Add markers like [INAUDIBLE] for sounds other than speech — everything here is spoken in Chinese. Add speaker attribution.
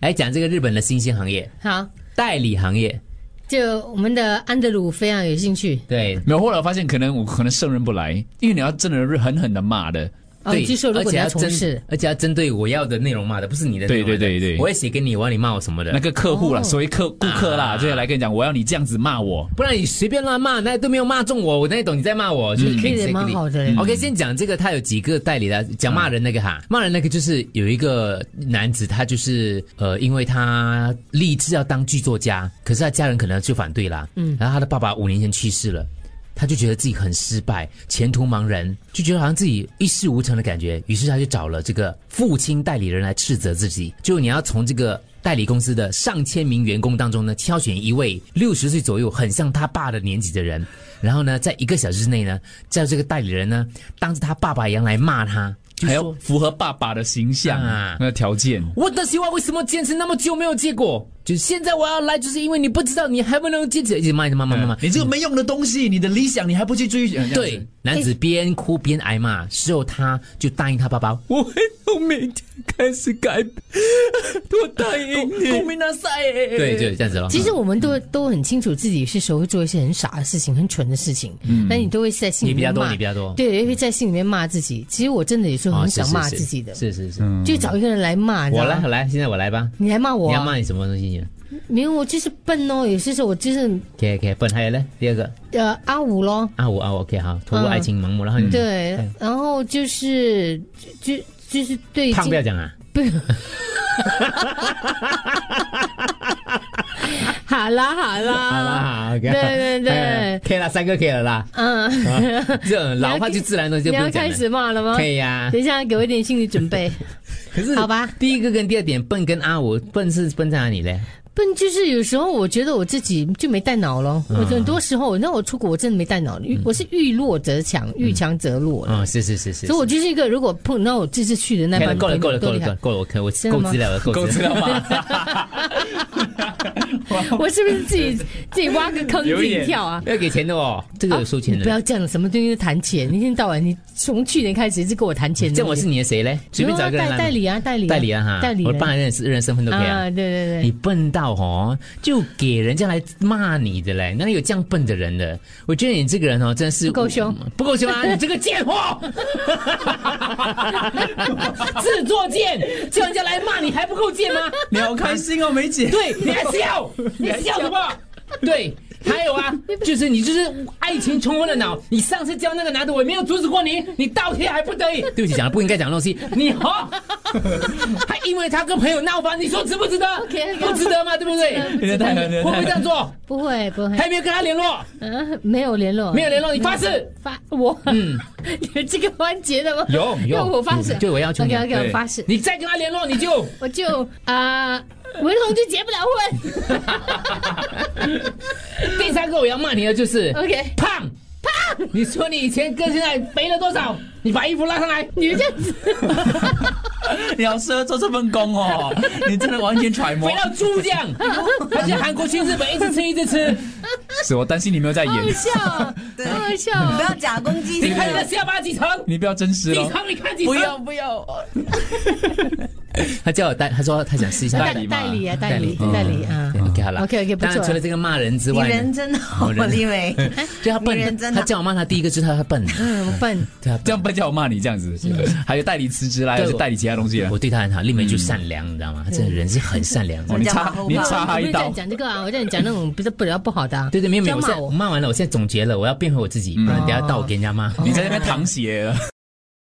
Speaker 1: 来讲这个日本的新兴行业，
Speaker 2: 好，
Speaker 1: 代理行业。
Speaker 2: 就我们的安德鲁非常有兴趣。
Speaker 1: 对，
Speaker 3: 没有，后来我发现可能我可能胜任不来，因为你要真的狠狠的骂的，
Speaker 2: 哦，
Speaker 1: 对，
Speaker 2: 据说如
Speaker 1: 而
Speaker 2: 果你
Speaker 1: 且
Speaker 2: 要
Speaker 1: 要
Speaker 2: 从
Speaker 1: 针
Speaker 2: 事，，
Speaker 1: 而且要针对我要的内容骂的，不是你的内
Speaker 3: 对
Speaker 1: 容骂的。
Speaker 3: 对对对
Speaker 1: 我会写给你，我要你骂我什么的。
Speaker 3: 那个客户啦，
Speaker 2: 哦
Speaker 3: 所谓客顾客
Speaker 1: 啊
Speaker 3: 啦，就来跟你讲，我要你这样子骂我，
Speaker 1: 不然你随便乱骂，那都没有骂中我，我那懂你在骂我，就是
Speaker 2: 你可以人嗯嗯蛮好的嘞
Speaker 1: OK，先讲这个，他有几个代理的，讲骂人那个哈，骂人那个就是有一个男子，他就是呃，因为他立志要当剧作家，可是他家人可能就反对啦，嗯，然后他的爸爸五年前去世了。他就觉得自己很失败，前途茫然，就觉得好像自己一事无成的感觉。于是他就找了这个父亲代理人来斥责自己，就你要从这个代理公司的上千名员工当中呢，挑选一位六十岁左右、很像他爸的年纪的人，然后呢，在一个小时之内呢，叫这个代理人呢，当着他爸爸一样来骂他，就
Speaker 2: 哎
Speaker 3: 还要
Speaker 1: 说
Speaker 3: 符合爸爸的形象
Speaker 1: 啊
Speaker 3: 那个条件。
Speaker 1: 我的希望为什么坚持那么久没有结果？就是现在我要来，就是因为你不知道你还不能坚持，一直骂，一直骂，骂，骂，骂。
Speaker 3: 哎
Speaker 2: 哎
Speaker 3: 你这个没用的东西，你的理想你还不去追寻？
Speaker 1: 对，，男子边哭边挨骂，事后他就答应他爸爸，我会从明天开始改 [LAUGHS] 变，我答应
Speaker 2: [LAUGHS]
Speaker 1: 你。对，就是这样子咯。
Speaker 2: 其实我们都都很清楚自己是时候会做一些很傻的事情、很蠢的事情，但你都会在心里
Speaker 1: 你比较
Speaker 2: 面
Speaker 1: 多
Speaker 2: 骂，
Speaker 1: 嗯你比较多
Speaker 2: 对，也会在心里面骂自己。其实我真的有时候
Speaker 1: 哦
Speaker 2: 很
Speaker 1: 是
Speaker 2: 想
Speaker 1: 是
Speaker 2: 骂
Speaker 1: 是
Speaker 2: 自己的，
Speaker 1: 是是是。
Speaker 2: 就找一个人来骂，你知
Speaker 1: 我
Speaker 2: 道
Speaker 1: 来，
Speaker 2: 吗
Speaker 1: 我来，现在我来吧。
Speaker 2: 你来骂我
Speaker 1: 你
Speaker 2: 啊、
Speaker 1: 要骂你什么东西？
Speaker 2: 没有，我就是笨哦。有些时候我就是
Speaker 1: 可以可以，笨还有呢？第二个
Speaker 2: 呃阿五咯，
Speaker 1: 啊我啊我 OK 好，投入爱情盲目，然后你
Speaker 2: 对，
Speaker 1: 哎
Speaker 2: 然后就是就就是对
Speaker 1: 胖
Speaker 2: 经
Speaker 1: 不要讲啊，
Speaker 2: [LAUGHS] 好啦好啦
Speaker 1: 好啦好，OK，
Speaker 2: 对对对
Speaker 1: 哎可以了，三个可以了啦。
Speaker 2: 嗯，
Speaker 1: 这种老话
Speaker 2: 你要
Speaker 1: 就自然的
Speaker 2: 你
Speaker 1: 就不
Speaker 2: 要
Speaker 1: 用讲
Speaker 2: 开
Speaker 1: 了。
Speaker 2: 始骂了吗？
Speaker 1: 可以啊呀、
Speaker 2: 等一下，给我一点心理准
Speaker 1: [LAUGHS]
Speaker 2: 备。
Speaker 1: 可是
Speaker 2: 好吧，
Speaker 1: 第一个跟第二点笨跟阿五笨是笨在哪里嘞？
Speaker 2: 笨就是有时候我觉得我自己就没带脑咯。
Speaker 1: 嗯
Speaker 2: 我很多时候，那我出国我真的没带脑，我是遇弱则强，遇强则弱的。
Speaker 1: 嗯，是是是是。
Speaker 2: 所以我就是一个，如果碰到我这次去的那
Speaker 1: 可以了
Speaker 2: 班
Speaker 1: 够了
Speaker 2: 朋
Speaker 1: 够了
Speaker 2: 友
Speaker 1: 够
Speaker 2: 多
Speaker 1: 了
Speaker 2: 厉
Speaker 1: 够了
Speaker 2: 害，
Speaker 1: 够了，我可我
Speaker 2: 真的
Speaker 1: 够
Speaker 2: 吗
Speaker 1: 资料了，够资料。
Speaker 2: [LAUGHS] 我是不是
Speaker 1: [LAUGHS]
Speaker 2: 自己自己挖个坑
Speaker 3: 有
Speaker 2: 自
Speaker 3: 一
Speaker 2: 己
Speaker 3: 点
Speaker 2: 跳啊？
Speaker 1: 要给钱的哦，这个有收钱
Speaker 2: 你不
Speaker 1: 的。
Speaker 2: 要这样，什么东西都谈钱。你一天到晚，你从去年开始一直跟我谈钱的。
Speaker 1: 这样我是你的谁嘞？随便找一个人
Speaker 2: 代
Speaker 1: 啊
Speaker 2: 代理啊，代理
Speaker 1: 代理啊哈，
Speaker 2: 代理
Speaker 1: 我
Speaker 2: 人
Speaker 1: 帮你认识认识身份都可以啊
Speaker 2: 啊，。对对
Speaker 1: 你
Speaker 2: 对，
Speaker 1: 笨到哦，就给人家来骂你的嘞，哪里有这样笨的人的？我觉得你这个人哦，真是
Speaker 2: 不够凶，
Speaker 1: 不够凶啊！你这个贱
Speaker 2: [LAUGHS]
Speaker 1: 货，自作贱，叫人家来骂你还不够贱吗？
Speaker 3: 你好开心哦，梅姐。
Speaker 1: 对，你还笑，你还笑什么？ [LAUGHS] 对。还有 [LAUGHS] 啊，就是你就是爱情冲昏了脑。你上次教那个男的，我没有阻止过你，你道歉还不得已。对不起，讲了不应该讲的东西，你哈， [LAUGHS] 还因为他跟朋友闹翻，你说值不值得
Speaker 2: OK，OK
Speaker 1: 不值得吗？对不 [LAUGHS]
Speaker 3: 你
Speaker 1: 对？
Speaker 3: 的太狠，
Speaker 1: 会不会这样 [LAUGHS] 做？
Speaker 2: 不会不会，
Speaker 1: 还没有跟他联络，
Speaker 2: 嗯，没有联络，
Speaker 1: 没有联络，你发誓？
Speaker 2: 发我， [LAUGHS] 嗯，有这个环节的吗？
Speaker 1: 有有嗯
Speaker 2: 那我发誓，
Speaker 1: 对我要求你
Speaker 2: OK OK，
Speaker 3: 对
Speaker 2: 我发誓，
Speaker 1: 你再跟他联络，你就 [LAUGHS]
Speaker 2: 我就啊，文红就结不了婚。
Speaker 1: 第三个我要骂你的就是
Speaker 2: OK
Speaker 1: 胖胖。你说你以前跟现在肥了多少？你把衣服拉上来，
Speaker 2: 你们这样子，
Speaker 3: 你好适合做这份工
Speaker 1: [LAUGHS]
Speaker 3: 哦，你真的完全揣摩
Speaker 1: 肥。到猪这 [LAUGHS] 样，而且韩国去日本一直吃一直 [LAUGHS] 吃，
Speaker 3: 是我担心你没有在演
Speaker 2: 好，好笑啊，好好笑
Speaker 4: [LAUGHS] 不
Speaker 2: 啊。
Speaker 4: 要假公济
Speaker 1: 你
Speaker 4: 私。
Speaker 1: 看你的下巴几层？
Speaker 3: 你不要真实
Speaker 1: 几
Speaker 3: 哦。
Speaker 1: 层？你看几层？
Speaker 3: 不要不要，
Speaker 1: 他叫我代，他说他想试一下
Speaker 3: 代理嘛
Speaker 2: 代理啊，代理，
Speaker 1: 嗯
Speaker 2: 代理啊。
Speaker 1: 对 OK 好了
Speaker 2: OK，OK，不错
Speaker 1: 当然除了这个骂人之
Speaker 4: 你
Speaker 1: 外呢，
Speaker 4: 人真好，李伟。
Speaker 1: 对他
Speaker 4: 你人
Speaker 1: 笨，
Speaker 4: 真
Speaker 1: 他
Speaker 4: 好
Speaker 1: 叫我骂他第一个就是他笨，
Speaker 2: 嗯，我笨，
Speaker 1: 对他笨。
Speaker 3: 这样不叫我骂你这样子。还有代理辞职啦，还
Speaker 1: 对
Speaker 3: 是代理其他东西啦
Speaker 1: 我。对他很好，丽梅就善良，你知道吗？他这个人是很善良的
Speaker 3: 哦，。你插
Speaker 4: 我
Speaker 3: 你
Speaker 4: 们讲
Speaker 3: 插
Speaker 2: 我
Speaker 3: 他
Speaker 2: 不
Speaker 3: 一
Speaker 2: 是在
Speaker 3: 刀，
Speaker 2: 讲这个啊，我在讲那种比较比较不好的啊。
Speaker 1: 对对，没有没有，我
Speaker 2: 不要
Speaker 1: 现
Speaker 2: 骂
Speaker 1: 在
Speaker 2: 我
Speaker 1: 骂完了，我现在总结了，我要变回我自己，不然等下到我给人家骂。
Speaker 3: 你在那边淌血了。